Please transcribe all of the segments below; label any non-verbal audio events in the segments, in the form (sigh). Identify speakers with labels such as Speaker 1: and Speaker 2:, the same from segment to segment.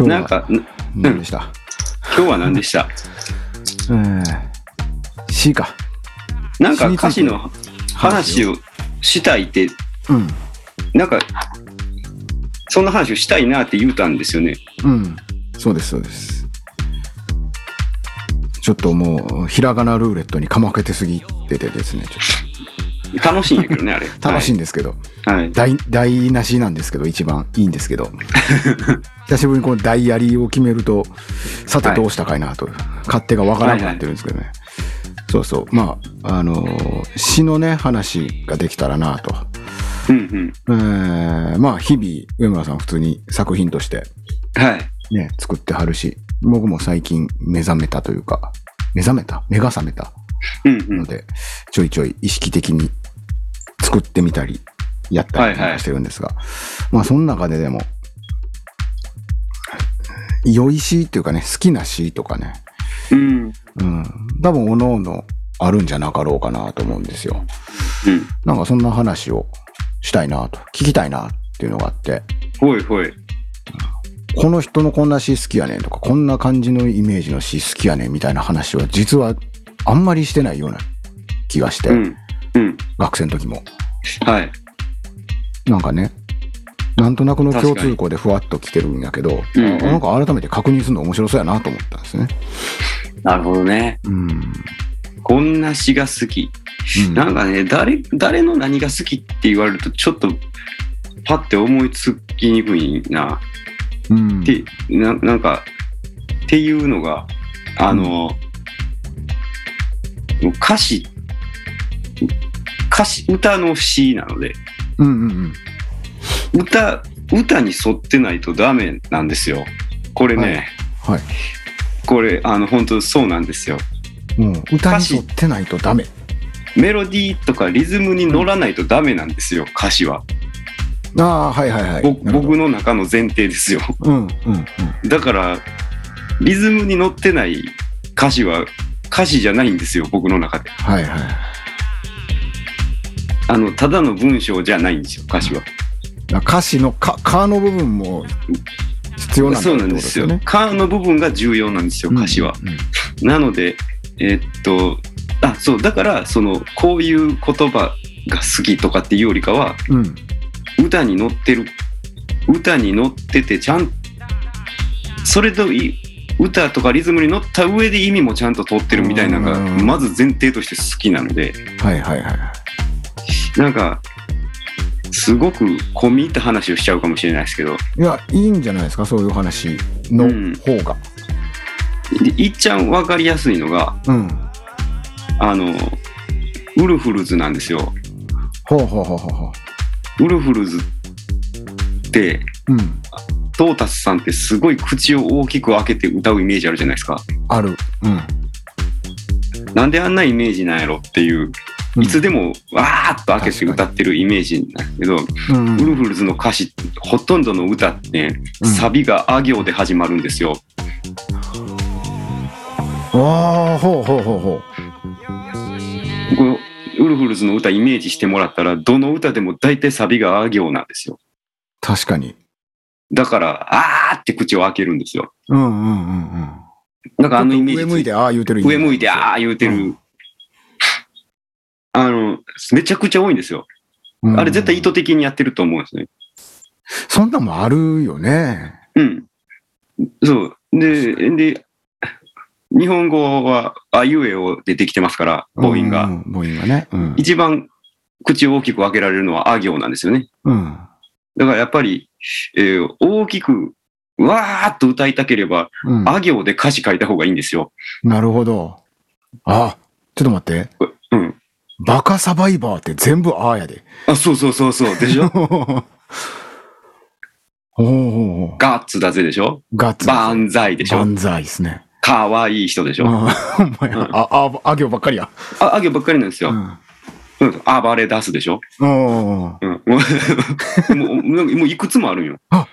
Speaker 1: ろ
Speaker 2: なん
Speaker 1: が
Speaker 2: か、ん
Speaker 1: 何でした。
Speaker 2: 今日は何で (laughs) した
Speaker 1: うん。C か。
Speaker 2: なんか歌詞の話をしたいって、
Speaker 1: うん。
Speaker 2: なんか、そんな話をしたいなって言うたんですよね。
Speaker 1: うん。そうです、そうです。ちょっともう、ひらがなルーレットにかまけてすぎててですね、ちょ
Speaker 2: 楽しいんやけど (laughs) ね、あれ。
Speaker 1: っと楽しいんですけど、
Speaker 2: はい。はい。
Speaker 1: 台、台無しなんですけど、一番いいんですけ (laughs) ど、久しぶりにこの台やりを決めると、さて
Speaker 2: はい
Speaker 1: どうしたかいなと、勝手がわからなくなってるんですけどね。そうそう。まあ、あのー詩のね、話ができたらなと。
Speaker 2: うんうん。
Speaker 1: えーまあ、日々、上村さん普通に作品として
Speaker 2: はい。
Speaker 1: ね、作ってはるし、僕も最近目覚めたというか、目覚めた目が覚めた
Speaker 2: うんう
Speaker 1: の
Speaker 2: ん。
Speaker 1: で、ちょいちょい意識的に作ってみたり、やったりと
Speaker 2: はいは
Speaker 1: か
Speaker 2: い
Speaker 1: してるんですが、まあその中ででも、良い詩っていうかね、好きな詩とかね、
Speaker 2: うん。うん。
Speaker 1: うん、多分各々あるんじゃなかろうかなと思うんですよ。なんかそんな話をしたいなと、聞きたいなっていうのがあって、
Speaker 2: ほいほい。
Speaker 1: この人のこんな詩好きやねんとか、こんな感じのイメージの詩好きやねんみたいな話は、実はあんまりしてないような気がして、
Speaker 2: うん。うん。
Speaker 1: 学生の時も。
Speaker 2: はい。
Speaker 1: なんかね、なんとなくの
Speaker 2: 確か
Speaker 1: 共
Speaker 2: に
Speaker 1: 通項でふわっと来てるんやけど、
Speaker 2: うんうん
Speaker 1: なんか改めて確認するの面白そうやなと思ったんですね。
Speaker 2: なるほどね。
Speaker 1: うん。
Speaker 2: こんな詩が好き。
Speaker 1: うん
Speaker 2: なんかね、誰、誰の何が好きって言われると、ちょっと、パッて思いつきにくいな。
Speaker 1: うん
Speaker 2: ってななんかっていうのがあの、歌詞歌詞歌の詩なので
Speaker 1: うんうんうん。
Speaker 2: 歌歌に沿ってないとダメなんですよこれね、
Speaker 1: はいはい
Speaker 2: これあの本当そうなんですよ
Speaker 1: もう歌に沿ってないとダメ。
Speaker 2: メロディーとかリズムに乗らないとダメなんですよ歌詞は、
Speaker 1: ああ、はいはいはい。
Speaker 2: ぼ
Speaker 1: なるほど
Speaker 2: 僕の中の前提ですよ (laughs)
Speaker 1: うんうんうん。
Speaker 2: だからリズムに乗ってない歌詞は歌詞じゃないんですよ僕の中で
Speaker 1: はいはい。
Speaker 2: あの、ただの文章じゃないんですよ、歌詞は。
Speaker 1: だから歌詞のか、かの部分も必要なんだ
Speaker 2: そう
Speaker 1: って
Speaker 2: な
Speaker 1: こ
Speaker 2: ん
Speaker 1: と
Speaker 2: ですよ。。カーの部分が重要なんですよ、
Speaker 1: うん
Speaker 2: 歌詞は。。
Speaker 1: うん
Speaker 2: なので、えーっと、あ、そう、だから、その、こういう言葉が好きとかっていうよりかは、
Speaker 1: うん。
Speaker 2: 歌に乗ってる、歌に乗ってて、ちゃん、それとい、歌とかリズムに乗った上で意味もちゃんと取ってるみたいなのが、
Speaker 1: うん
Speaker 2: まず前提として好きなので、
Speaker 1: はいはいはい。
Speaker 2: なんか、すごく込み入った話をしちゃうかもしれないですけど、
Speaker 1: いや、いいんじゃないですか、そういう話の方が。
Speaker 2: でいっちゃん分かりやすいのが、
Speaker 1: うん。
Speaker 2: あの、ウルフルズなんですよ。
Speaker 1: ほうほうほうほうほ
Speaker 2: ウルフルズって、
Speaker 1: う。うん。
Speaker 2: トータスさんってすごい口を大きく開けて歌うイメージあるじゃないですか。
Speaker 1: ある。うん。
Speaker 2: なんであんなイメージなんやろってい
Speaker 1: う
Speaker 2: う、
Speaker 1: ん
Speaker 2: いつでもわーっと開けて歌ってるイメージなんだけど、
Speaker 1: うんう
Speaker 2: ウ
Speaker 1: ん
Speaker 2: ルフルズの歌詞、ほとんどの歌って、
Speaker 1: うん
Speaker 2: サビがあ行で始まるんですよ。
Speaker 1: ああ、ほうほうほうほ
Speaker 2: このウルフルズの歌イメージしてもらったら、どの歌でも大体サビがあ行なんですよ。
Speaker 1: う。確かに。
Speaker 2: だから、あーって口を開けるんですよ。
Speaker 1: うんうんうんうん。
Speaker 2: なんかあのイメージ
Speaker 1: 上向いて、ああ言うてるイメージ
Speaker 2: 上向いて、ああ言うてる。
Speaker 1: う
Speaker 2: あの、めちゃくちゃ多いんですよ。
Speaker 1: うん
Speaker 2: あれ絶対意図的にやってると思うんですね。
Speaker 1: そんなんもあるよね。
Speaker 2: うん。そう。で、で、日本語は、あいうえおでできてますから、母音
Speaker 1: う
Speaker 2: が。
Speaker 1: ん。母音がね。うん。
Speaker 2: 一番口を大きく開けられるのはあ行なんですよね。
Speaker 1: うん。
Speaker 2: だからやっぱり、えー大きく、わーっと歌いたければ、
Speaker 1: うん
Speaker 2: あ行で歌詞書いた方がいいんですよ。
Speaker 1: なるほど。あ、ちょっと待って。
Speaker 2: うん。
Speaker 1: バカサバイバーって全部ああやで。
Speaker 2: あ、そうそうそうそう。で
Speaker 1: (laughs)
Speaker 2: しょ
Speaker 1: ほうほうほう。
Speaker 2: ガッツだぜでしょ
Speaker 1: ガッツ。
Speaker 2: バンザイでしょ
Speaker 1: 万歳ですね。
Speaker 2: かわいい人でし
Speaker 1: うん
Speaker 2: ょ。
Speaker 1: ほんまや
Speaker 2: うん
Speaker 1: あ、あ、あ行ばっかりや。
Speaker 2: あ、あ行ばっかりなんです
Speaker 1: う
Speaker 2: よ。
Speaker 1: ん。
Speaker 2: うん、暴れ出すでしょ。
Speaker 1: うん
Speaker 2: うん、 (laughs) もうもうなんかもういくつもあるんよ。
Speaker 1: あ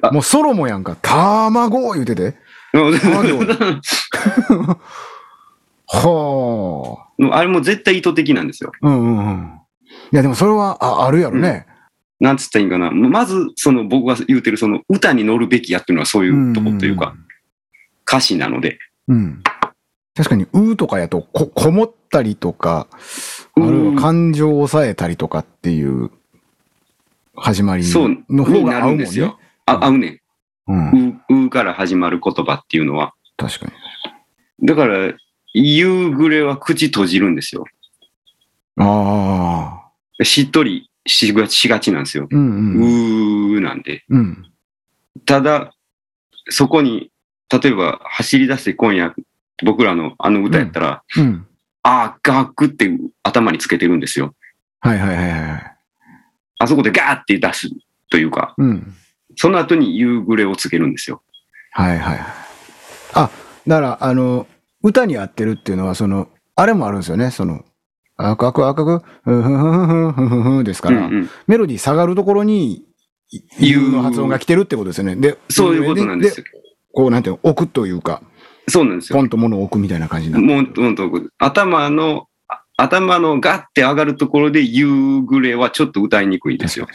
Speaker 2: あ (laughs)
Speaker 1: もうソロもやんか。卵言うてて。
Speaker 2: うん (laughs)
Speaker 1: 行はあ。
Speaker 2: あれも絶対意図的なんですよ。
Speaker 1: うんうんうん。いや、でもそれは、あ、あるやろね。
Speaker 2: なんつったらいいんかな。まず、その僕が言うてる、その歌に乗るべきやっていうのはそういうとこというか、歌詞なので。
Speaker 1: うん。確かに、うーとかやと、こ、こもったりとか、あるいは感情を抑えたりとかっていう、始まり
Speaker 2: そう、
Speaker 1: の方
Speaker 2: に
Speaker 1: が合
Speaker 2: な
Speaker 1: う
Speaker 2: る
Speaker 1: もん
Speaker 2: ん
Speaker 1: ね。
Speaker 2: ですよ。あ合うね
Speaker 1: うん。
Speaker 2: ん。う、うから始まる言葉っていうのは。
Speaker 1: 確かに。
Speaker 2: だから、夕暮れは口閉じるんですよ。
Speaker 1: ああ。
Speaker 2: しっとりしがしがちなんですよ。
Speaker 1: うん
Speaker 2: う
Speaker 1: うん。
Speaker 2: ーなんで。
Speaker 1: うん。
Speaker 2: ただ、そこに、例えば走り出して今夜、僕らのあの歌やったら、
Speaker 1: うん。
Speaker 2: ああ、ガクって頭につけてるんですよ。
Speaker 1: はいはいはいはい。
Speaker 2: あそこでガーって出すというか、
Speaker 1: うん。
Speaker 2: その後に夕暮れをつけるんですよ。
Speaker 1: はいはいはい。あ、だから、あの、歌に合ってるっていうのは、その、あれもあるんですよね、その、赤く赤く、ふんふんふんふんふんふんふんですか
Speaker 2: うんう
Speaker 1: ら、
Speaker 2: ん、
Speaker 1: メロディー下がるところに、い
Speaker 2: 言う
Speaker 1: U の発音が来てるってことですよね。で、
Speaker 2: そういうことなんですよ。
Speaker 1: こう、なんていうの、置くというか、
Speaker 2: そうなんですよ。
Speaker 1: ポンと物を置くみたいな感じになる。
Speaker 2: もう、もうと、頭の、あ頭のガって上がるところで夕暮れはちょっと歌いにくいんですよ。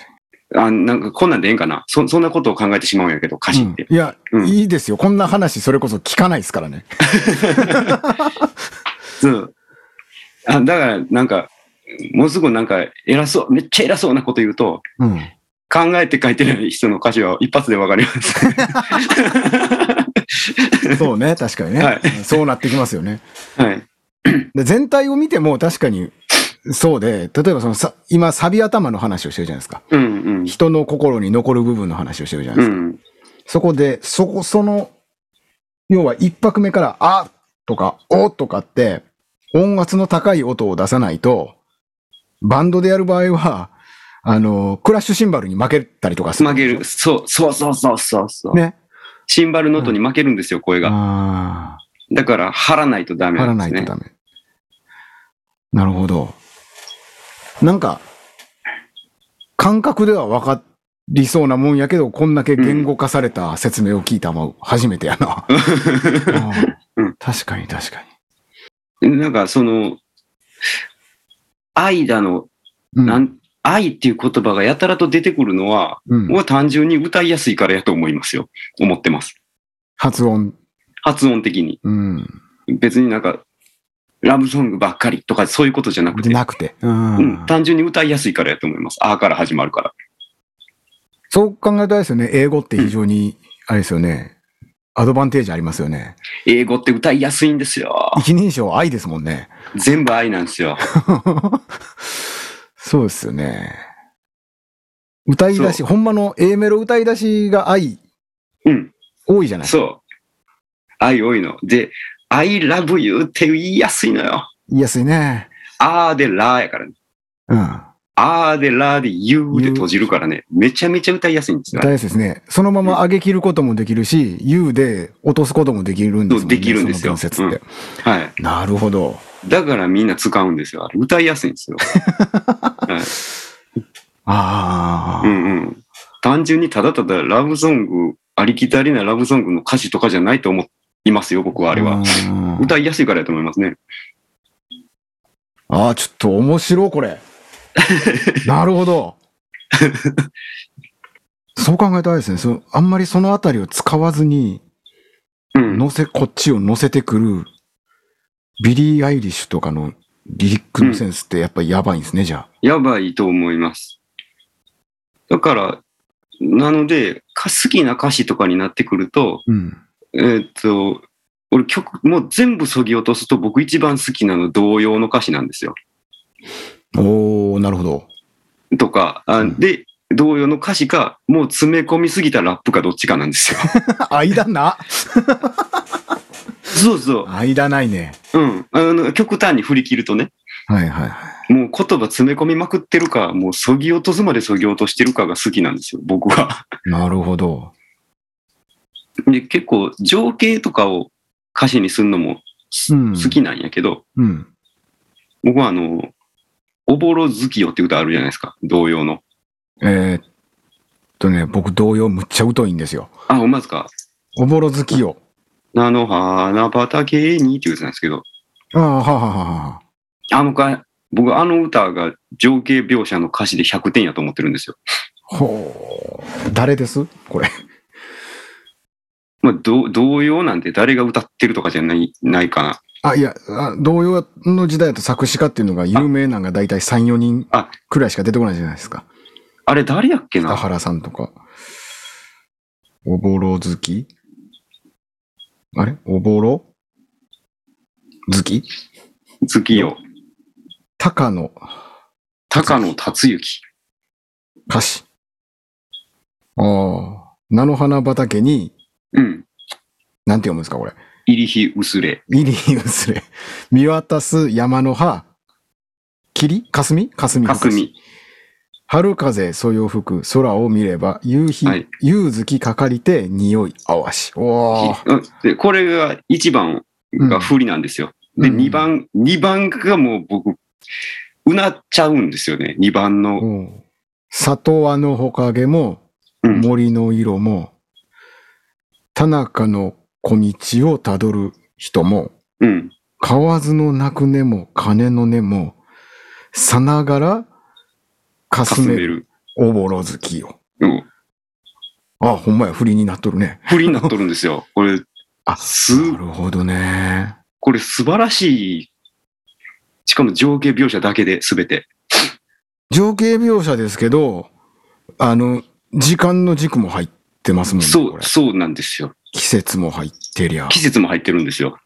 Speaker 2: あなんかこんなんでええんかなそそんなことを考えてしまうんやけど、歌詞って。
Speaker 1: うんいや、
Speaker 2: うん
Speaker 1: いいですよ。こんな話、それこそ聞かないですからね。
Speaker 2: そう。あだから、なんか、もうすぐなんか偉そう、めっちゃ偉そうなこと言うと、
Speaker 1: うん。
Speaker 2: 考えて書いてない人の歌詞は一発でわかります。 (laughs)
Speaker 1: そうね、確かにね。
Speaker 2: はい
Speaker 1: そうなってきますよね。
Speaker 2: はい。
Speaker 1: で全体を見ても確かにそうで、例えばそのさ今サビ頭の話をしてるじゃないですか。
Speaker 2: うん
Speaker 1: 人の心に残る部分の話をしてるじゃな
Speaker 2: うん。
Speaker 1: いうですか。
Speaker 2: ん。
Speaker 1: そこで、そこ、その、要は一拍目から、あとか、おとかって、音圧の高い音を出さないと、バンドでやる場合は、あの、クラッシュシンバルに負けたりとかする。
Speaker 2: 負ける。。そう、そうそうそうそうそう。
Speaker 1: ね。
Speaker 2: シンバルの音に負けるんですよ、声が。
Speaker 1: あ
Speaker 2: だから、張らないとダ
Speaker 1: あ、
Speaker 2: メ
Speaker 1: 張
Speaker 2: な
Speaker 1: ら
Speaker 2: んで
Speaker 1: な
Speaker 2: す
Speaker 1: い
Speaker 2: ね。
Speaker 1: とダメ。なるほど。なんか、感覚では分かりそうなもんやけど、こんだけ言語化された説明を聞いたもん、初めてやな。あー
Speaker 2: うん
Speaker 1: 確かに確かに。
Speaker 2: なんか、その、愛だの、
Speaker 1: うん
Speaker 2: なん、愛っていう言葉がやたらと出てくるのは、
Speaker 1: うん
Speaker 2: 僕は単純に歌いやすいからやと思いますよ。思ってます。
Speaker 1: 発音。
Speaker 2: 発音的に。
Speaker 1: うん。
Speaker 2: 別になんか、ラブソングばっかりとかそういうことじゃなく
Speaker 1: で
Speaker 2: て、
Speaker 1: なくて。うん
Speaker 2: うん、単純に歌いやすいからやと思います。あーから始まるから。
Speaker 1: そう考えたらですよね。英語って非常に、あれですよね。アドバンテージありますよね。
Speaker 2: 英語って歌いやすいんで
Speaker 1: (laughs)
Speaker 2: すよ。
Speaker 1: 一人称愛ですもんね。 (laughs)
Speaker 2: 全部愛なんですよ。
Speaker 1: そうですよね。歌い出し、ほんまの A メロ歌い出しが愛
Speaker 2: うん、
Speaker 1: 多いじゃない
Speaker 2: そう。愛多いの。で、I love you って言いやすいのよ。
Speaker 1: 言いやすいね。
Speaker 2: あーでラーやからね。
Speaker 1: うん。
Speaker 2: あーでラーで You で閉じるからね。めちゃめちゃ歌いやすいんですよ
Speaker 1: 歌い。やすいですね。そのまま上げ切ることもできるし、U で落とすこともできるんですもんね。
Speaker 2: そうできるんですよ
Speaker 1: その文節って。
Speaker 2: はい。
Speaker 1: なるほど。
Speaker 2: だからみんな使うんですよ。あれ歌いやすいんですよ。はい
Speaker 1: ああ。
Speaker 2: うんうん、単純にただただラブソングありきたりなラブソングの歌詞とかじゃないと思いますよ僕はあれは、
Speaker 1: うん
Speaker 2: 歌いやすいからやと思いますね
Speaker 1: ああ、ちょっと面白い、こ (laughs) れ。なるほ (laughs) ど。そう考えたらですね、そのあんまりそのあたりを使わずに、
Speaker 2: うん
Speaker 1: 乗せ、こっちを乗せてくる、ビリー・アイリッシュとかのリリックのセンスってやっぱりやばいんですね、じゃあ。
Speaker 2: やばいと思いますだからなのでか好きな歌詞とかになってくると
Speaker 1: うん。
Speaker 2: えーっと俺曲もう全部そぎ落とすと僕一番好きなの童謡の歌詞なんですよ
Speaker 1: おー、なるほど。
Speaker 2: とかあ
Speaker 1: うん
Speaker 2: で童謡の歌詞かもう詰め込みすぎたラップかどっちかな
Speaker 1: (laughs)
Speaker 2: んですよ
Speaker 1: (laughs) 間な。
Speaker 2: そうそ
Speaker 1: 間ないね。
Speaker 2: ううんあの極端に振り切るとね
Speaker 1: はいはいはい。
Speaker 2: もう言葉詰め込みまくってるか、もうそぎ落とすまでそぎ落としてるかが好きなんですよ、僕は。 (laughs)
Speaker 1: なるほど。
Speaker 2: で、結構情景とかを歌詞にするのもす
Speaker 1: うん
Speaker 2: 好きなんやけど、
Speaker 1: うん。
Speaker 2: 僕はあの、おぼろ月夜って歌あるじゃないですか、童謡の。
Speaker 1: えーっとね、僕同様むっちゃ疎いんですよ。
Speaker 2: あ、ほんまですか。
Speaker 1: おぼろ月夜。
Speaker 2: 菜の花畑にっていう歌なんですけど、
Speaker 1: ああ、はあはあはあはあ。
Speaker 2: あのか、僕あの歌が情景描写の歌詞で100点やと思ってるんですよ。
Speaker 1: ほう。誰ですこれ。
Speaker 2: まあ、ど同様なんで誰が歌ってるとかじゃない、ないかな。
Speaker 1: あ、いや、あ同様の時代だと作詞家っていうのが有名なんが大体3、4人
Speaker 2: あ
Speaker 1: くらいしか出てこないじゃないですか。
Speaker 2: あれ誰やっけ
Speaker 1: 田
Speaker 2: な
Speaker 1: 原さんとか。おぼろ好きあれおぼろ好き
Speaker 2: 月よ。
Speaker 1: 高野
Speaker 2: 高野達之。
Speaker 1: 歌詞。ああ。菜の花畑に、
Speaker 2: うん。
Speaker 1: なんて読むんですかこれ。
Speaker 2: 入り日薄れ。
Speaker 1: イリー薄れ。見渡す山の葉。霧霞霞の歌詞
Speaker 2: 霞。
Speaker 1: 春風そよ吹く空を見れば、夕日、
Speaker 2: はい
Speaker 1: 夕月かかりて匂いあわし。おー
Speaker 2: うんでこれが1番が不利なんですよ。で、
Speaker 1: うん
Speaker 2: 2番、二番がもう僕、うなっちゃうんですよね。2番の。
Speaker 1: うん里はのほかげも、
Speaker 2: うん
Speaker 1: 森の色も、田中の小道をたどる人も、
Speaker 2: うん。
Speaker 1: 河津のなくねも鐘の音も、さながらか
Speaker 2: か
Speaker 1: す
Speaker 2: すめ
Speaker 1: める
Speaker 2: る。
Speaker 1: おぼろ月よ。
Speaker 2: うん。
Speaker 1: あ、ほんまや、不利になっとるね。
Speaker 2: 不利になっとるんですよ。 (laughs) これ、
Speaker 1: あ、
Speaker 2: す
Speaker 1: なるほどね。
Speaker 2: これ素晴らしい。しかも情景描写だけで全て。
Speaker 1: 情景描写ですけど、あの、時間の軸も入ってますもんね。
Speaker 2: そ
Speaker 1: こ
Speaker 2: う、
Speaker 1: れ
Speaker 2: そうなんですよ。
Speaker 1: 季節も入ってりゃ。
Speaker 2: 季節も入ってるんですよ。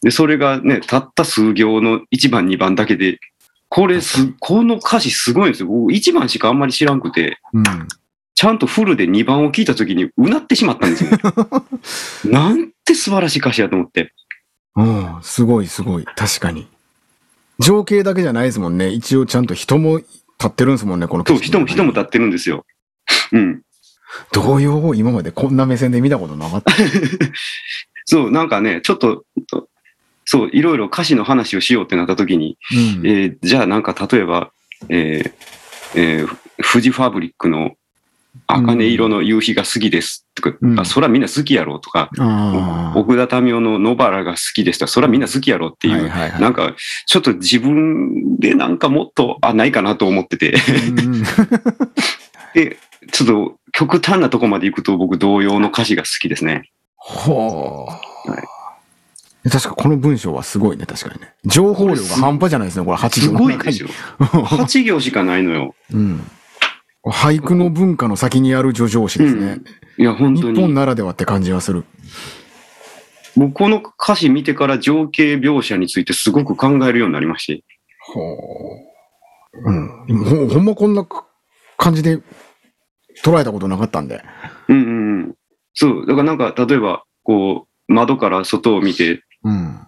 Speaker 2: で、それがね、たった数行の1番、2番だけで、これす、この歌詞すごいんですよ。僕1番しかあんまり知らんくて、
Speaker 1: うん。
Speaker 2: ちゃんとフルで2番を聞いたときにうなってしまったんで
Speaker 1: (laughs)
Speaker 2: すよ。なんて素晴らしい歌詞だと思って。
Speaker 1: うん、すごいすごい。確かに。情景だけじゃないですもんね。一応ちゃんと人も立ってるんですもんね、この
Speaker 2: そう、人も人も立
Speaker 1: っ
Speaker 2: ってるんですよ。うん。
Speaker 1: 同様を今までこんな目線で見たことなかった。
Speaker 2: そう、なんかね、ちょっと、そう、いろいろ歌詞の話をしようってなったときに、
Speaker 1: うん。
Speaker 2: えーじゃあなんか例えば、えーえーふフジファブリックの茜色の夕日が好きですとか、
Speaker 1: うん
Speaker 2: あそらみんな好きやろうとか、
Speaker 1: あー
Speaker 2: 奥田民生の野原が好きですとか、そらみんな好きやろっていう、
Speaker 1: はいはいはい
Speaker 2: なんかちょっと自分でなんかもっと、あ、ないかなと思って (laughs) て、
Speaker 1: うんうん
Speaker 2: で、ちょっと極端なとこまで行くと僕同様の歌詞が好きですね。
Speaker 1: ほう、
Speaker 2: は
Speaker 1: 確かこの文章はすごいね、確かにね。情報量が半端じゃないですね、これ8
Speaker 2: す
Speaker 1: 行
Speaker 2: ごいですよ。8行しかないのよ。
Speaker 1: うん。俳句の文化の先にある叙情詩ですね。
Speaker 2: いや、本
Speaker 1: 日
Speaker 2: 当に。
Speaker 1: 本ならではって感じはする。
Speaker 2: 僕この歌詞見てから情景描写についてすごく考えるようになりまして、
Speaker 1: ほう。うん。ほほんまこんな感じで捉えたことなかったんで。
Speaker 2: うんうんうん。そう、だからなんか例えば、こう、窓から外を見て、
Speaker 1: うん。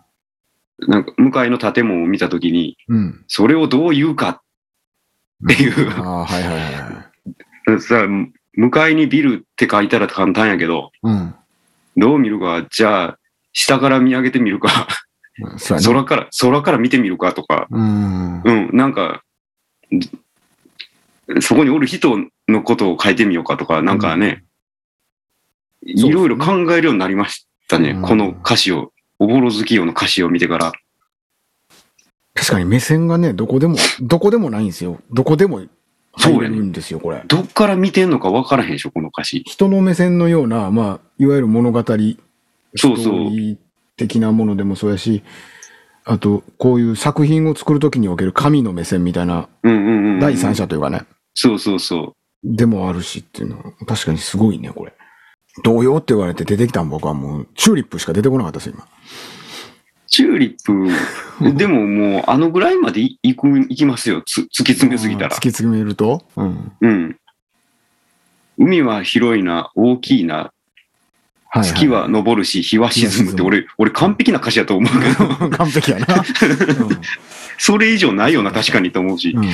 Speaker 2: なんか向かいの建物を見たときに、
Speaker 1: うん。
Speaker 2: それをどう言うかっていう、
Speaker 1: ああ、はいはいはいはい。
Speaker 2: さ向かいにビルって書いたら簡単やけど、
Speaker 1: うん。
Speaker 2: どう見るか、じゃあ、下から見上げてみるか、
Speaker 1: そうやね。
Speaker 2: 空から、空から見てみるかとか、
Speaker 1: うん。
Speaker 2: うん、なんか、じそこにおる人のことを変えてみようかとか、なんかね、
Speaker 1: すね
Speaker 2: いろいろ考えるようになりましたね、
Speaker 1: うん
Speaker 2: この歌詞を、おぼろ月夜の歌詞を見てから。
Speaker 1: 確かに目線がね、どこでも、どこでもないんですよ。どこでも入れるんですよ、これ。
Speaker 2: どっから見てんのか分からへんでしょ、この歌詞。
Speaker 1: 人の目線のような、まあ、いわゆる物語、
Speaker 2: そう
Speaker 1: スト
Speaker 2: そ
Speaker 1: ー
Speaker 2: う。
Speaker 1: リー的なものでもそうやし、あと、こういう作品を作るときにおける神の目線みたいな、
Speaker 2: うんうんうん。
Speaker 1: 第三。者というかね、
Speaker 2: そうそうそ
Speaker 1: でもあるしっていうのは、確かにすごいね、これ。同様って言われて出てきたん僕はもう、チューリップしか出てこなかったです、今。
Speaker 2: う。チューリッ
Speaker 1: (laughs)
Speaker 2: プ、でももう、あのぐらいまでい行く、行きますよ、つ突き詰めすぎた
Speaker 1: うん
Speaker 2: ら
Speaker 1: 突き。詰めると、うん。
Speaker 2: うん。海は広いな、大きいな、
Speaker 1: は
Speaker 2: 月は昇るし、日は沈むって、
Speaker 1: 日は沈む
Speaker 2: 俺、俺完璧な歌詞やと思うけど、
Speaker 1: (laughs) 完璧やな。
Speaker 2: それ以上ないよな、確かにと思うし
Speaker 1: うん。う。ん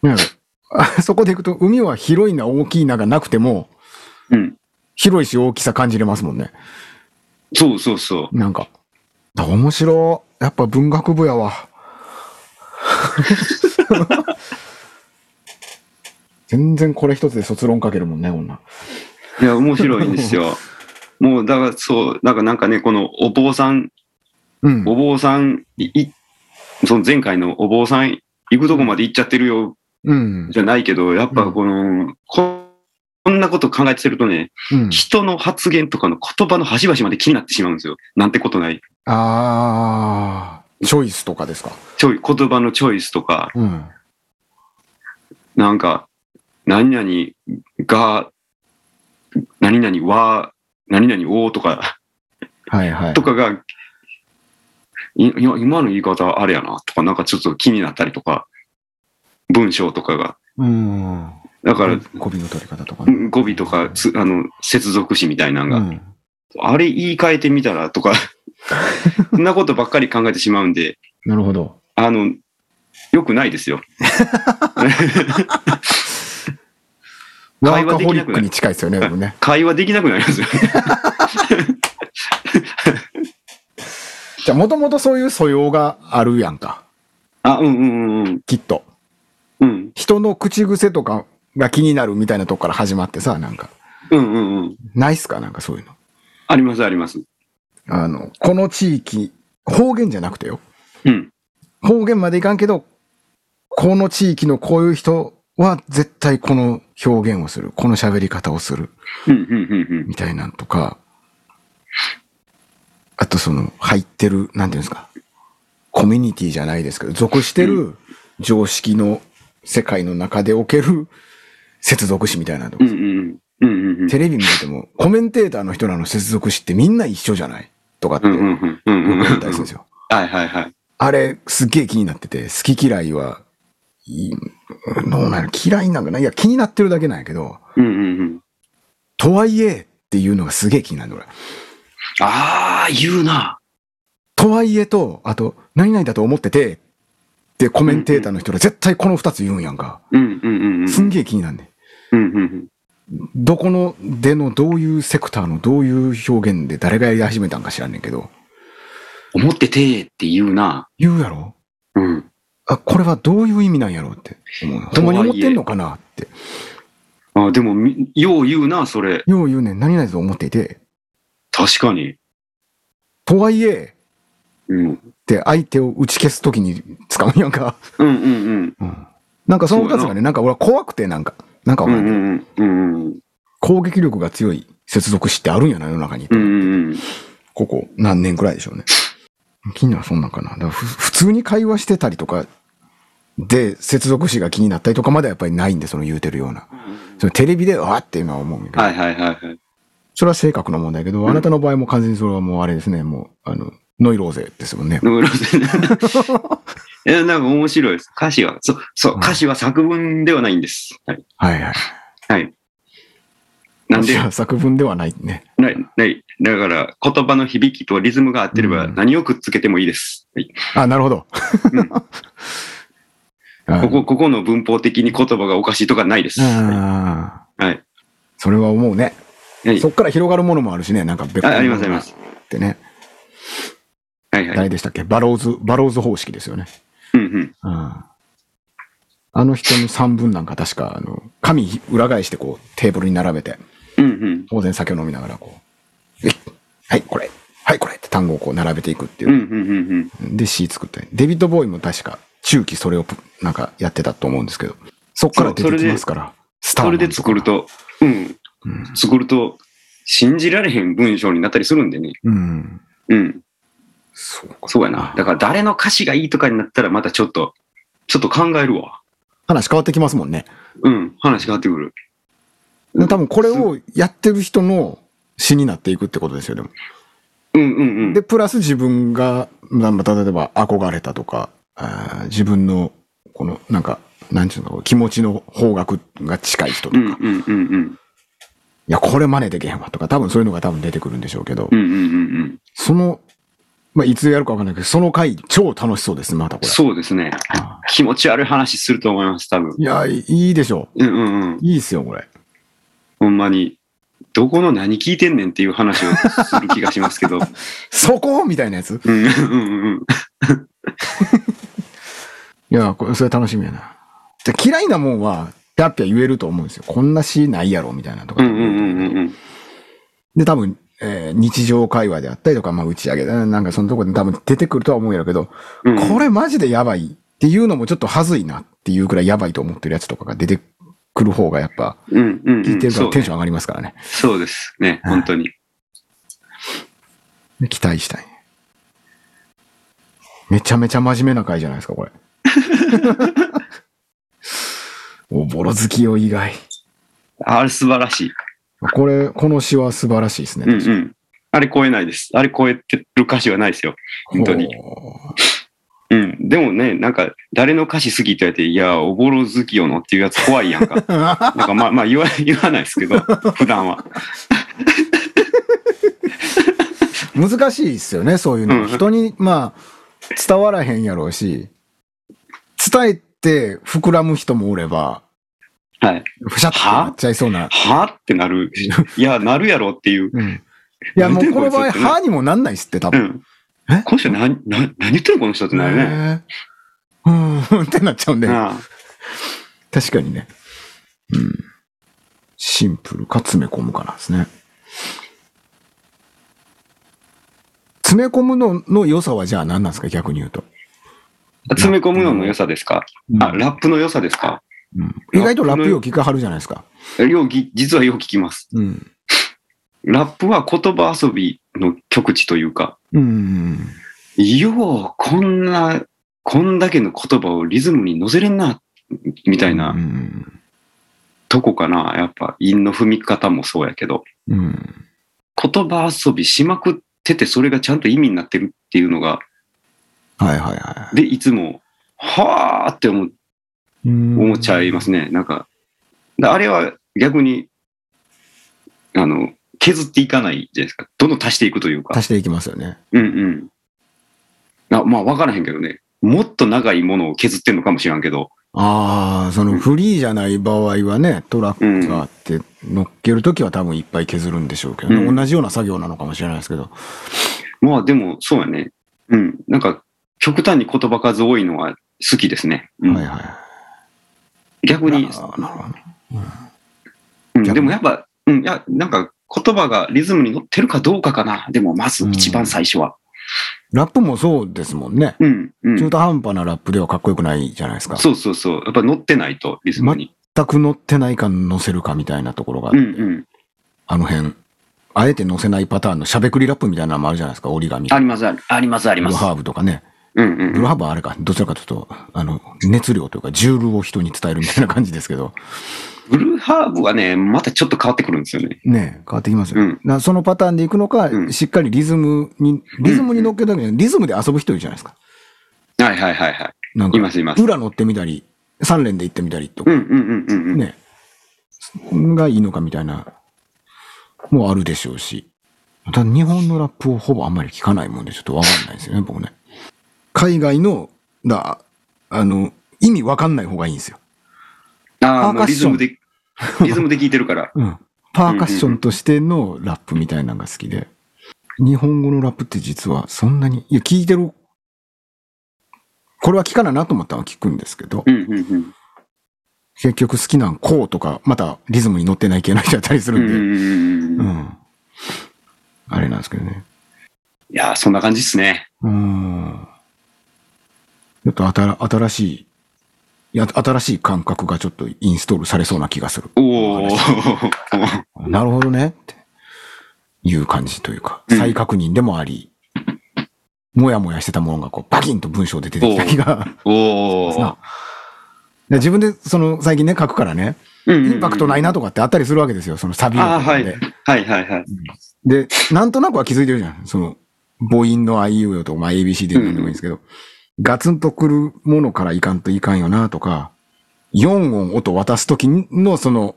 Speaker 1: なんかあそこでいくと、海は広いな、大きいながなくても、
Speaker 2: うん。
Speaker 1: 広いし大きさ感じれますもんね。
Speaker 2: そうそうそ
Speaker 1: なんか。あ面白い。やっぱ文学部や
Speaker 2: (laughs)
Speaker 1: わ。全然これ一つで卒論書けるもんね、こんなん。
Speaker 2: う。いや、面白いんで
Speaker 1: (laughs)
Speaker 2: すよ。もう、だから、そう、だからなんかね、このお坊さん、
Speaker 1: うん。
Speaker 2: お坊さん、い、いその前回のお坊さん、行くとこまで行っちゃってるよ、
Speaker 1: うん。
Speaker 2: じゃないけど、やっぱこの、ここんなこと考えてるとね、
Speaker 1: うん。
Speaker 2: 人の発言とかの言葉の端々まで気になってしまうんですよ。なんてことない。
Speaker 1: ああ、チョイスとかですか。
Speaker 2: ちょい、言葉のチョイスとか、
Speaker 1: うん。
Speaker 2: なんか、何々が、何々は、何々をとか、
Speaker 1: はいはい
Speaker 2: と。かが、いい今の言い方あれやなとか、なんかちょっと気になったりとか、文章とかが。
Speaker 1: うん。
Speaker 2: だから、
Speaker 1: コビの取り方とか
Speaker 2: う
Speaker 1: ね。
Speaker 2: ん語尾とか、つあの、接続詞みたいなのが、
Speaker 1: うん。
Speaker 2: あれ言い換えてみたら
Speaker 1: (laughs)
Speaker 2: とか、そんなことばっかり考えてしまうんで、
Speaker 1: なるほど。
Speaker 2: あの、よくないですよ。
Speaker 1: ワ
Speaker 2: 会
Speaker 1: ーカ
Speaker 2: 話で
Speaker 1: ホ
Speaker 2: き
Speaker 1: リ
Speaker 2: な
Speaker 1: ッ
Speaker 2: く
Speaker 1: ク
Speaker 2: な
Speaker 1: に
Speaker 2: る
Speaker 1: 近いですよね、でもね。
Speaker 2: 会話できなくなりますよ。
Speaker 1: じゃあ、もともとそういう素養があるやんか。
Speaker 2: あ、うんうんうんうん。
Speaker 1: きっと。
Speaker 2: うん
Speaker 1: 人の口癖とかが気になるみたいなとこから始まってさ、なんか。
Speaker 2: うんうんうん。
Speaker 1: ないっすかなんかそういうの。
Speaker 2: ありますあります。
Speaker 1: あの、この地域、方言じゃなくてよ。
Speaker 2: うん。
Speaker 1: 方言までいかんけど、この地域のこういう人は絶対この表現をする。この喋り方をする。
Speaker 2: うんうんうんうん。
Speaker 1: みたいなんとか、あとその入ってる、なんていうんですか、コミュニティじゃないですけど、属してる常識の世界の中でおける接続詞みたいなとこ、
Speaker 2: うんうんうん。うんうんうん。
Speaker 1: テレビ見てても、コメンテーターの人らの接続詞ってみんな一緒じゃないとかって
Speaker 2: うんう
Speaker 1: 思
Speaker 2: んうんうんうんうん。
Speaker 1: ったりするんですよ。
Speaker 2: はいはいはい。
Speaker 1: あれ、すっげえ気になってて、好き嫌いは、いいどうなの嫌いなんかないいや、気になってるだけなんやけど、
Speaker 2: うんうんうん。
Speaker 1: とはいえっていうのがすげえ気になるの俺。
Speaker 2: ああ、言うな。
Speaker 1: とはいえと、あと、何々だと思ってて、ってコメンテーターの人ら絶対この二つ言うんやんか。
Speaker 2: うんうんうんうん。
Speaker 1: すんげえ気になんね
Speaker 2: うんうんうん。
Speaker 1: ん。どこのでのどういうセクターのどういう表現で誰がやり始めたんか知らんねんけど、
Speaker 2: 思っててって言うな。
Speaker 1: 言うやろ
Speaker 2: うん。
Speaker 1: あ、これはどういう意味なんやろうって思うの。
Speaker 2: と
Speaker 1: ほんま
Speaker 2: はい
Speaker 1: に
Speaker 2: え
Speaker 1: 思ってんのかなって。
Speaker 2: あでもみ、よう言うな、それ。
Speaker 1: よう言うねん。何々だと思っていて、
Speaker 2: 確かに。
Speaker 1: とはいえ、
Speaker 2: うん。
Speaker 1: って相手を打ち消すときに使うんやんか。
Speaker 2: うんうんうん。
Speaker 1: うん。なんかその二つが
Speaker 2: そう
Speaker 1: ね、なんか俺は怖くてなんか、なんかわ
Speaker 2: う
Speaker 1: か
Speaker 2: ん
Speaker 1: んないけど
Speaker 2: うんうんうんうん。
Speaker 1: 攻撃力が強い接続詞ってあるんやな、世の中に。
Speaker 2: うんうんうん。
Speaker 1: ここ何年くらいでしょうね。気になるそんなんかな。だからふ普通に会話してたりとかで接続詞が気になったりとかまではやっぱりないんで、その言うてるような。そのテレビでわーっていうのは思うんやけど、
Speaker 2: はいはいはいはい。
Speaker 1: それは性格の問題やけど、
Speaker 2: ん
Speaker 1: あなたの場合も完全にそれはもうあれですね、もう、あの、ノイローゼですもんね。
Speaker 2: 野村さんいや、なんか面 (laughs) 白いです。歌詞は、そう、そう、
Speaker 1: うん
Speaker 2: 歌詞は作文ではないんです。はい。
Speaker 1: はいはい。
Speaker 2: はい。なんで
Speaker 1: 私、は作文ではないね。
Speaker 2: ない、ない。だから、言葉の響きとリズムが合ってれば
Speaker 1: うん
Speaker 2: 何をくっつけてもいいです。はい。
Speaker 1: あ、なるほど。
Speaker 2: うんこ
Speaker 1: あ
Speaker 2: こ、ここの文法的に言葉がおかしいとかないです。は
Speaker 1: ああ。
Speaker 2: い。はい
Speaker 1: それは思うね。
Speaker 2: はい
Speaker 1: そっから広がるものもあるしね、なんか別
Speaker 2: あありますあります。
Speaker 1: ってね。
Speaker 2: はいはい。
Speaker 1: 誰でしたっけバローズ、バローズ方式ですよね。
Speaker 2: うんうん。
Speaker 1: うんあの人の三文なんか確か、あの、紙裏返してこう、テーブルに並べて、
Speaker 2: うんうん。
Speaker 1: 当然酒を飲みながらこう、えいはい、これ、はい、これって単語をこう並べていくって
Speaker 2: うん
Speaker 1: いうう。
Speaker 2: んうんうん。
Speaker 1: で、詩作ったり。デビッド・ボーイも確か、中期それをぷ、なんかやってたと思うんですけど、そっから出てきますから、スター
Speaker 2: そ
Speaker 1: マン
Speaker 2: れ
Speaker 1: とか
Speaker 2: で作る。と、うん、
Speaker 1: うん
Speaker 2: 作ると、信じられへん文章になったりするんでね。
Speaker 1: うん。
Speaker 2: うん、
Speaker 1: そうか。
Speaker 2: そうやな。だから誰の歌詞がいいとかになったらまたちょっと、ちょっと考えるわ。
Speaker 1: 話変わってきますもんね。
Speaker 2: うん、話変わってくる。
Speaker 1: 多分これをやってる人の詩になっていくってことですよ、でも。
Speaker 2: うんうんうん。
Speaker 1: で、プラス自分が、まあ例えば憧れたとか、あー自分の、この、なんか、なんちゅうのかな、気持ちの方角が近い人と
Speaker 2: う
Speaker 1: か、
Speaker 2: んうん
Speaker 1: い
Speaker 2: うんうん。
Speaker 1: や、これ真似できへんわとか、多分そういうのが多分出てくるんでしょうけど、
Speaker 2: うんうんうんうん。
Speaker 1: その、まあ、いつやるかわかんないけど、その回、超楽しそうです、またこれ。
Speaker 2: そうですね。
Speaker 1: あ
Speaker 2: 気持ち悪い話すると思います、多分
Speaker 1: ー。いや、いいいでしょ
Speaker 2: うんうんうん
Speaker 1: う。。いいっすよ、これ。
Speaker 2: ほんまに。どこの何聞いてんねんっていう話をする気がします
Speaker 1: (laughs)
Speaker 2: けど。
Speaker 1: そこみたいなやつ。
Speaker 2: うんうんうんうん。
Speaker 1: いや、これ、それ楽しみやな。じゃ嫌いなもんは、ぴゃっぴゃ言えると思うんですよ。こんな詩ないやろ、みたいなとか。
Speaker 2: うんうんうんうんうん。
Speaker 1: で、多分、えー日常会話であったりとか、まあ、打ち上げだななんかそのとこで多分出てくるとは思うんやろうけど、
Speaker 2: うんうん
Speaker 1: これマジでやばいっていうのもちょっとはずいなっていうくらいやばいと思ってるやつとかが出てくる方がやっぱ
Speaker 2: うんうん、
Speaker 1: 聞いてるか
Speaker 2: そ
Speaker 1: ら
Speaker 2: う
Speaker 1: テンション上がりますからね。
Speaker 2: そうですね、本当に。
Speaker 1: 期待したい。めちゃめちゃ真面目な回じゃないですか、これ。 (laughs) おぼろ好きよ、意外。
Speaker 2: あれ素晴らしい。
Speaker 1: これ、この詩は素晴らしいですね。
Speaker 2: うんうん。あれ超えないです。あれ超えてる歌詞はないですよ。本当に
Speaker 1: ほ
Speaker 2: うん。でもね、なんか、誰の歌詞好きって言われて、いや、おぼろ好きよのっていうやつ怖いやん (laughs) か。
Speaker 1: う。あ
Speaker 2: なんかまあまあ言わ言わないですけ (laughs) ど、普段は。
Speaker 1: 難しいですよね、そういう
Speaker 2: う
Speaker 1: の。
Speaker 2: ん
Speaker 1: 人に、まあ、伝わらへんやろうし、伝えて膨らむ人もおれば、
Speaker 2: はい。
Speaker 1: ふしゃってなっちゃいそうな。
Speaker 2: はってなる。いや、なるやろっていう。
Speaker 1: うん。いや、もうこの場合、歯にもなんないっすって、多
Speaker 2: う
Speaker 1: 分。
Speaker 2: ん。
Speaker 1: え
Speaker 2: この人何、何何言ってんのこの人ってなるね。
Speaker 1: ね。うーん、 (laughs) ってなっちゃうんで。
Speaker 2: ああ
Speaker 1: 確かにね。うん。シンプルか詰め込むかなんですね。詰め込むのの良さはじゃあ何なんですか逆に言うと。
Speaker 2: 詰め込むのの良さですか、あ、ラップの良さですか
Speaker 1: うん意外とラップよう聞かはるじゃないですか。
Speaker 2: ようぎ、実はよく聞きます。
Speaker 1: うん。
Speaker 2: ラップは言葉遊びの極致というか、
Speaker 1: うん。
Speaker 2: よう、こんな、こんだけの言葉をリズムに乗せれんな、み
Speaker 1: み
Speaker 2: たいなとこかな。やっぱ、韻の踏み方もそうやけど、
Speaker 1: うん。
Speaker 2: 言葉遊びしまくってて、それがちゃんと意味になってるっていうのが、
Speaker 1: はいはいは
Speaker 2: で、いつも、はーって思
Speaker 1: い。。
Speaker 2: 思っちゃいますすね。なんか、だあれは逆に、あの、削っていかないじゃないですか。どんどん足していくというか
Speaker 1: 足。していきますよね。
Speaker 2: うんうん。あまあ、わからへんけどね。もっと長いものを削ってんのかもしらんけど。
Speaker 1: ああ、そのフリーじゃない場合はね、トラックがあって乗っけるときは多分いっぱい削るんでしょうけどね、
Speaker 2: うん
Speaker 1: 同じような作業なのかもしれないですけど。
Speaker 2: まあでも、そうやね。うん。なんか、極端に言葉数多いのは好きですね。うん
Speaker 1: はいはい。
Speaker 2: 逆に、
Speaker 1: あーなるほどね
Speaker 2: うん
Speaker 1: 逆に
Speaker 2: でもやっぱ、うん、いや、なんか、言葉がリズムに乗ってるかどうかかな。でも、まず一番最初は。
Speaker 1: ラップもそうですもんね。
Speaker 2: うん、うん。
Speaker 1: 中途半端なラップではかっこよくないじゃないですか。
Speaker 2: そうそうそう。やっぱ乗ってないと、リズムに。
Speaker 1: 全く乗ってないか乗せるかみたいなところが、
Speaker 2: うんうん。
Speaker 1: あの辺。あえて乗せないパターンのしゃべくりラップみたいなのもあるじゃないですか、折り紙。
Speaker 2: あります、ありあります、あり
Speaker 1: ブル
Speaker 2: ます。
Speaker 1: ハーブとかね。
Speaker 2: うん
Speaker 1: ブ
Speaker 2: う
Speaker 1: ル
Speaker 2: ん。
Speaker 1: ハーブはあれか、どちらかというと、あの、熱量というか、ジュールを人に伝えるみたいな感じですけど、
Speaker 2: ブルーハーブはね、またちょっと変わってくるんですよね。
Speaker 1: ねえ変わってきますよ。
Speaker 2: うん
Speaker 1: なそのパターンでいくのか、
Speaker 2: うん
Speaker 1: しっかりリズムに、リズムに乗っけたわけじゃない、リズムで遊ぶ人いるじゃないですか。
Speaker 2: はいはいはいはい。
Speaker 1: なん
Speaker 2: い
Speaker 1: か、
Speaker 2: ます、います。
Speaker 1: 裏乗ってみたり、三連で行ってみたりと
Speaker 2: う
Speaker 1: か
Speaker 2: ん、うんうんうんう
Speaker 1: ね、
Speaker 2: ん。
Speaker 1: がいいのかみたいな、もあるでしょうし。ただ日本のラップをほぼあんまり聞かないもんで、ちょっとわかんないですよね、僕ね。海外の、だ、あの、意味わかんない方がいいんですよ。
Speaker 2: ああ、
Speaker 1: パ
Speaker 2: も
Speaker 1: ーカ
Speaker 2: う
Speaker 1: ッ
Speaker 2: リ
Speaker 1: シ
Speaker 2: ズ
Speaker 1: ョン
Speaker 2: ムで、
Speaker 1: (laughs)
Speaker 2: リズムで聞いてるから。
Speaker 1: うん。パーカッションとしてのラップみたいなのが好きで。日本語のラップって実はそんなに、いや、聞いてる。これは聞かななと思ったら聞くんですけど
Speaker 2: う、んうんうん。
Speaker 1: 結局好きなんこうとか、またリズムに乗ってない系の人だったりす
Speaker 2: うん
Speaker 1: るん
Speaker 2: う
Speaker 1: で、
Speaker 2: んうん
Speaker 1: う
Speaker 2: うん。い
Speaker 1: ん。あれなんですけどね。
Speaker 2: やー、そんな感じですね。
Speaker 1: うん。ちょっとあたら新しい、いや、新しい感覚がちょっとインストールされそうな気がする。
Speaker 2: おお。
Speaker 1: なるほどね。っていう感じというか、
Speaker 2: うん
Speaker 1: 再確認でもあり、もやもやしてたものがこう、バキンと文章で出てきた気が。
Speaker 2: お
Speaker 1: な
Speaker 2: お。
Speaker 1: で自分で、その、最近ね、書くからね、
Speaker 2: イ
Speaker 1: インパクトないなとかってあったりするわけですよ、そのサビのところで。
Speaker 2: あはいはいはい。
Speaker 1: で、なんとなくは気づいてるじゃん。その、母音のあいうえおとか、まあ、ABC で何でもいいんですけど、ガツンとくるものからいかんといかんよなとか、4音音渡すときのその、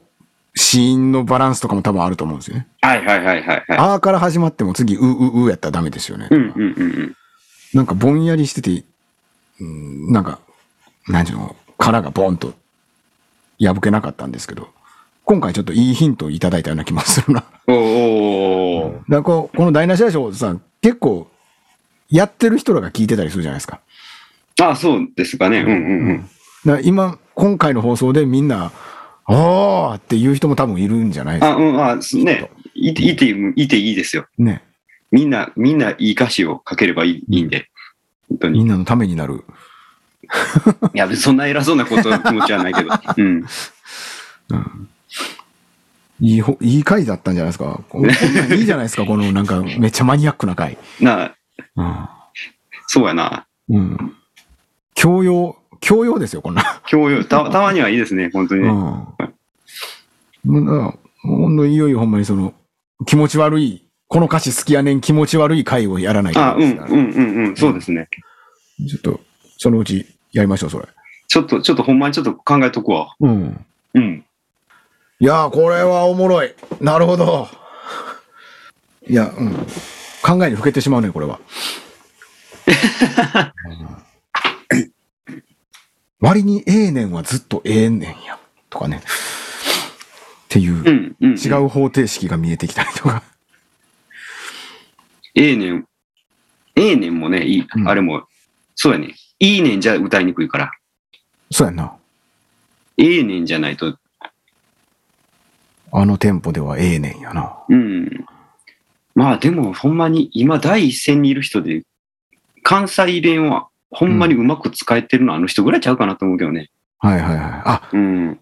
Speaker 1: 子音のバランスとかも多分あると思うんですよね。
Speaker 2: はいはいはいはいはい。
Speaker 1: あーから始まっても次、う、う、うやったらダメですよね。
Speaker 2: うんうんうん
Speaker 1: なんかぼんやりしてて、うんなんか、何ていうの、殻がボンと破けなかったんですけど、今回ちょっといいヒントをいただいたような気もするな。
Speaker 2: うん。お
Speaker 1: だ
Speaker 2: お
Speaker 1: か。らこうこの台無し大将さん、結構、やってる人らが聞いてたりするじゃないですか。
Speaker 2: ああ、そうですかね。うんうんうん。
Speaker 1: だから今、今回の放送でみんな、おーっていう人も多分いるんじゃないですか。
Speaker 2: あ、うん、あ、すね。いて、いて、いていいですよ。
Speaker 1: ね。
Speaker 2: みんな、みんないい歌詞を書ければいいいいんで。本当
Speaker 1: み
Speaker 2: に。
Speaker 1: んなのためになる。
Speaker 2: いや、そんな偉そうなこと、気持ちはない (laughs) けど。うん。
Speaker 1: いいほ、いい回だったんじゃないですか。こんこんなんいいじゃないです
Speaker 2: (laughs)
Speaker 1: か、このなんかめっちゃマニアックな回。
Speaker 2: なあ、
Speaker 1: うん。
Speaker 2: そうやな。
Speaker 1: うん。教養、教養ですよ、こんな。
Speaker 2: 教養、たたまにはいいですね、本当に
Speaker 1: う
Speaker 2: ね。
Speaker 1: ん。もうだから、ほんといよいよほんまにその、気持ち悪い、この歌詞好きやねん気持ち悪い回をやらないと
Speaker 2: あ、うん、
Speaker 1: です
Speaker 2: う
Speaker 1: から
Speaker 2: ん、うん、うん、そうですね。
Speaker 1: ちょっと、そのうちやりましょう、それ。
Speaker 2: ちょっと、ちょっとほんまにちょっと考えとくわ。
Speaker 1: うん。
Speaker 2: うん。
Speaker 1: いやー、これはおもろい。なるほど。いや、うん。考えにふけてしまうね、これは。うん割にええねんはずっとええねんや。とかね。っていうう、
Speaker 2: ん、うん。
Speaker 1: 違。う方程式が見えてきたりとか。
Speaker 2: ええねん。ええねんもね、いい、
Speaker 1: うん
Speaker 2: あれも、そうやね。いいねんじゃ歌いにくいから。
Speaker 1: そうやんな。
Speaker 2: ええねんじゃないと、
Speaker 1: あのテンポではええねんやな。
Speaker 2: うん。まあでも、ほんまに、今第一線にいる人で、関西弁は、ほんまにうまく使えてるのはあの人ぐらいちゃうかなと思うけどね。
Speaker 1: はいはいはい。あ、
Speaker 2: うん。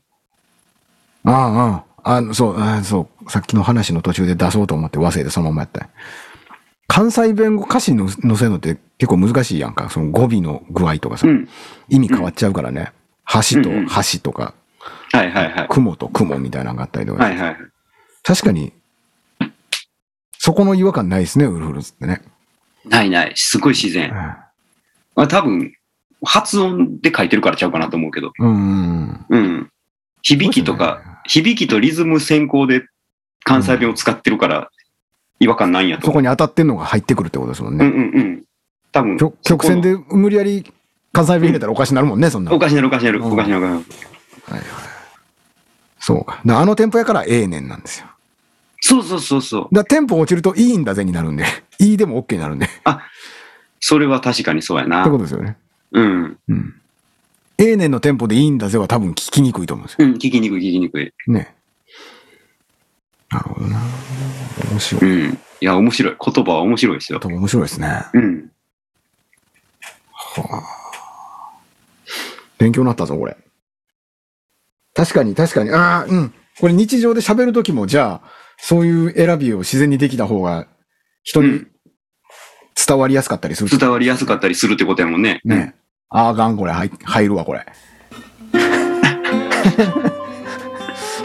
Speaker 1: ああ、ああ、あの、そう、あそう、さっきの話の途中で出そうと思って忘れてそのままやったんや。関西弁語歌詞の載せるのって結構難しいやんか。その語尾の具合とかさ、
Speaker 2: うん。
Speaker 1: 意味変わっちゃうからね。橋と
Speaker 2: うんうん
Speaker 1: 橋とか、
Speaker 2: はいはいはい。
Speaker 1: 雲と雲みたいなのがあったりとか。
Speaker 2: はいはい。
Speaker 1: 確かに、そこの違和感ないですね、ウルフルズってね。
Speaker 2: ないない。すごい自然。まあ多分、発音で書いてるからちゃうかなと思うけど。
Speaker 1: うんうんうん。
Speaker 2: うん。響きと
Speaker 1: そう
Speaker 2: か
Speaker 1: で、すね
Speaker 2: 響きとリズム先行で関西弁を使ってるから違和感ないんやと
Speaker 1: そ
Speaker 2: 思
Speaker 1: こに当たってんのが入ってくるってことですもん
Speaker 2: う。う
Speaker 1: ね。
Speaker 2: んうんうん。多分、
Speaker 1: 曲曲線で無理やり関西弁入れたらおかしになるもんね、そんな
Speaker 2: お。かしなるおかしなる
Speaker 1: うん
Speaker 2: おかしなるおかしなる。
Speaker 1: そうか。だからあのテンポやからええねんなんですよ。だか
Speaker 2: そうそうそうそう。
Speaker 1: らテンポ落ちるといいんだぜになるんで、 (laughs) いいでも OK になるんで。って
Speaker 2: それは確かにそうやな
Speaker 1: こ。とですよね。
Speaker 2: うん。
Speaker 1: うん。ええねんのテンポでいいんだぜは多分聞きにくいと思うんですよ。
Speaker 2: うん、聞きにくい聞きにくい。
Speaker 1: ね。なるほどな。面白
Speaker 2: う
Speaker 1: い。
Speaker 2: ん。いや、面白い。言葉は面白いですよ
Speaker 1: 多。分面白いですね。
Speaker 2: うん。
Speaker 1: 勉強になったぞ、これ。確かに、確かに。ああ、うん。これ日常で喋るときも、じゃあ、そういう選びを自然にできた方が、人
Speaker 2: う
Speaker 1: に
Speaker 2: ん。
Speaker 1: 伝わりやすかったりする。
Speaker 2: 伝わりやすかったりするってことやもんね。
Speaker 1: ね。あーあかん、これ、はい、入るわ、これ。 (laughs)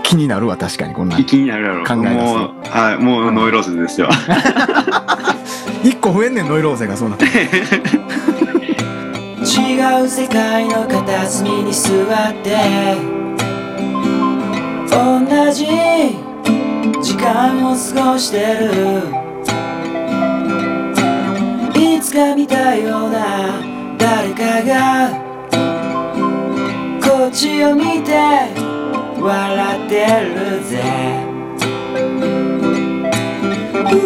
Speaker 1: 気になるわ、確かに、こん
Speaker 2: う。
Speaker 1: なん
Speaker 2: 気。気になるやろ。
Speaker 1: 考えます
Speaker 2: もう、はい、もうノイローズですよ。
Speaker 1: 一個増えんねん、ノイローゼが、そうなって。
Speaker 3: 違う世界の片隅に座って同じ時間を過ごしてるいつか見たような誰かがこっちを見て笑ってるぜう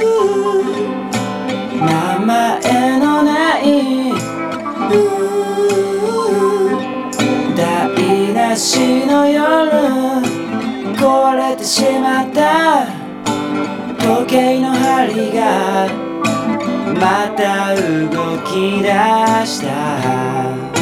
Speaker 3: ー名前のない台無しの夜壊れてしまった時計の針がまた動き出した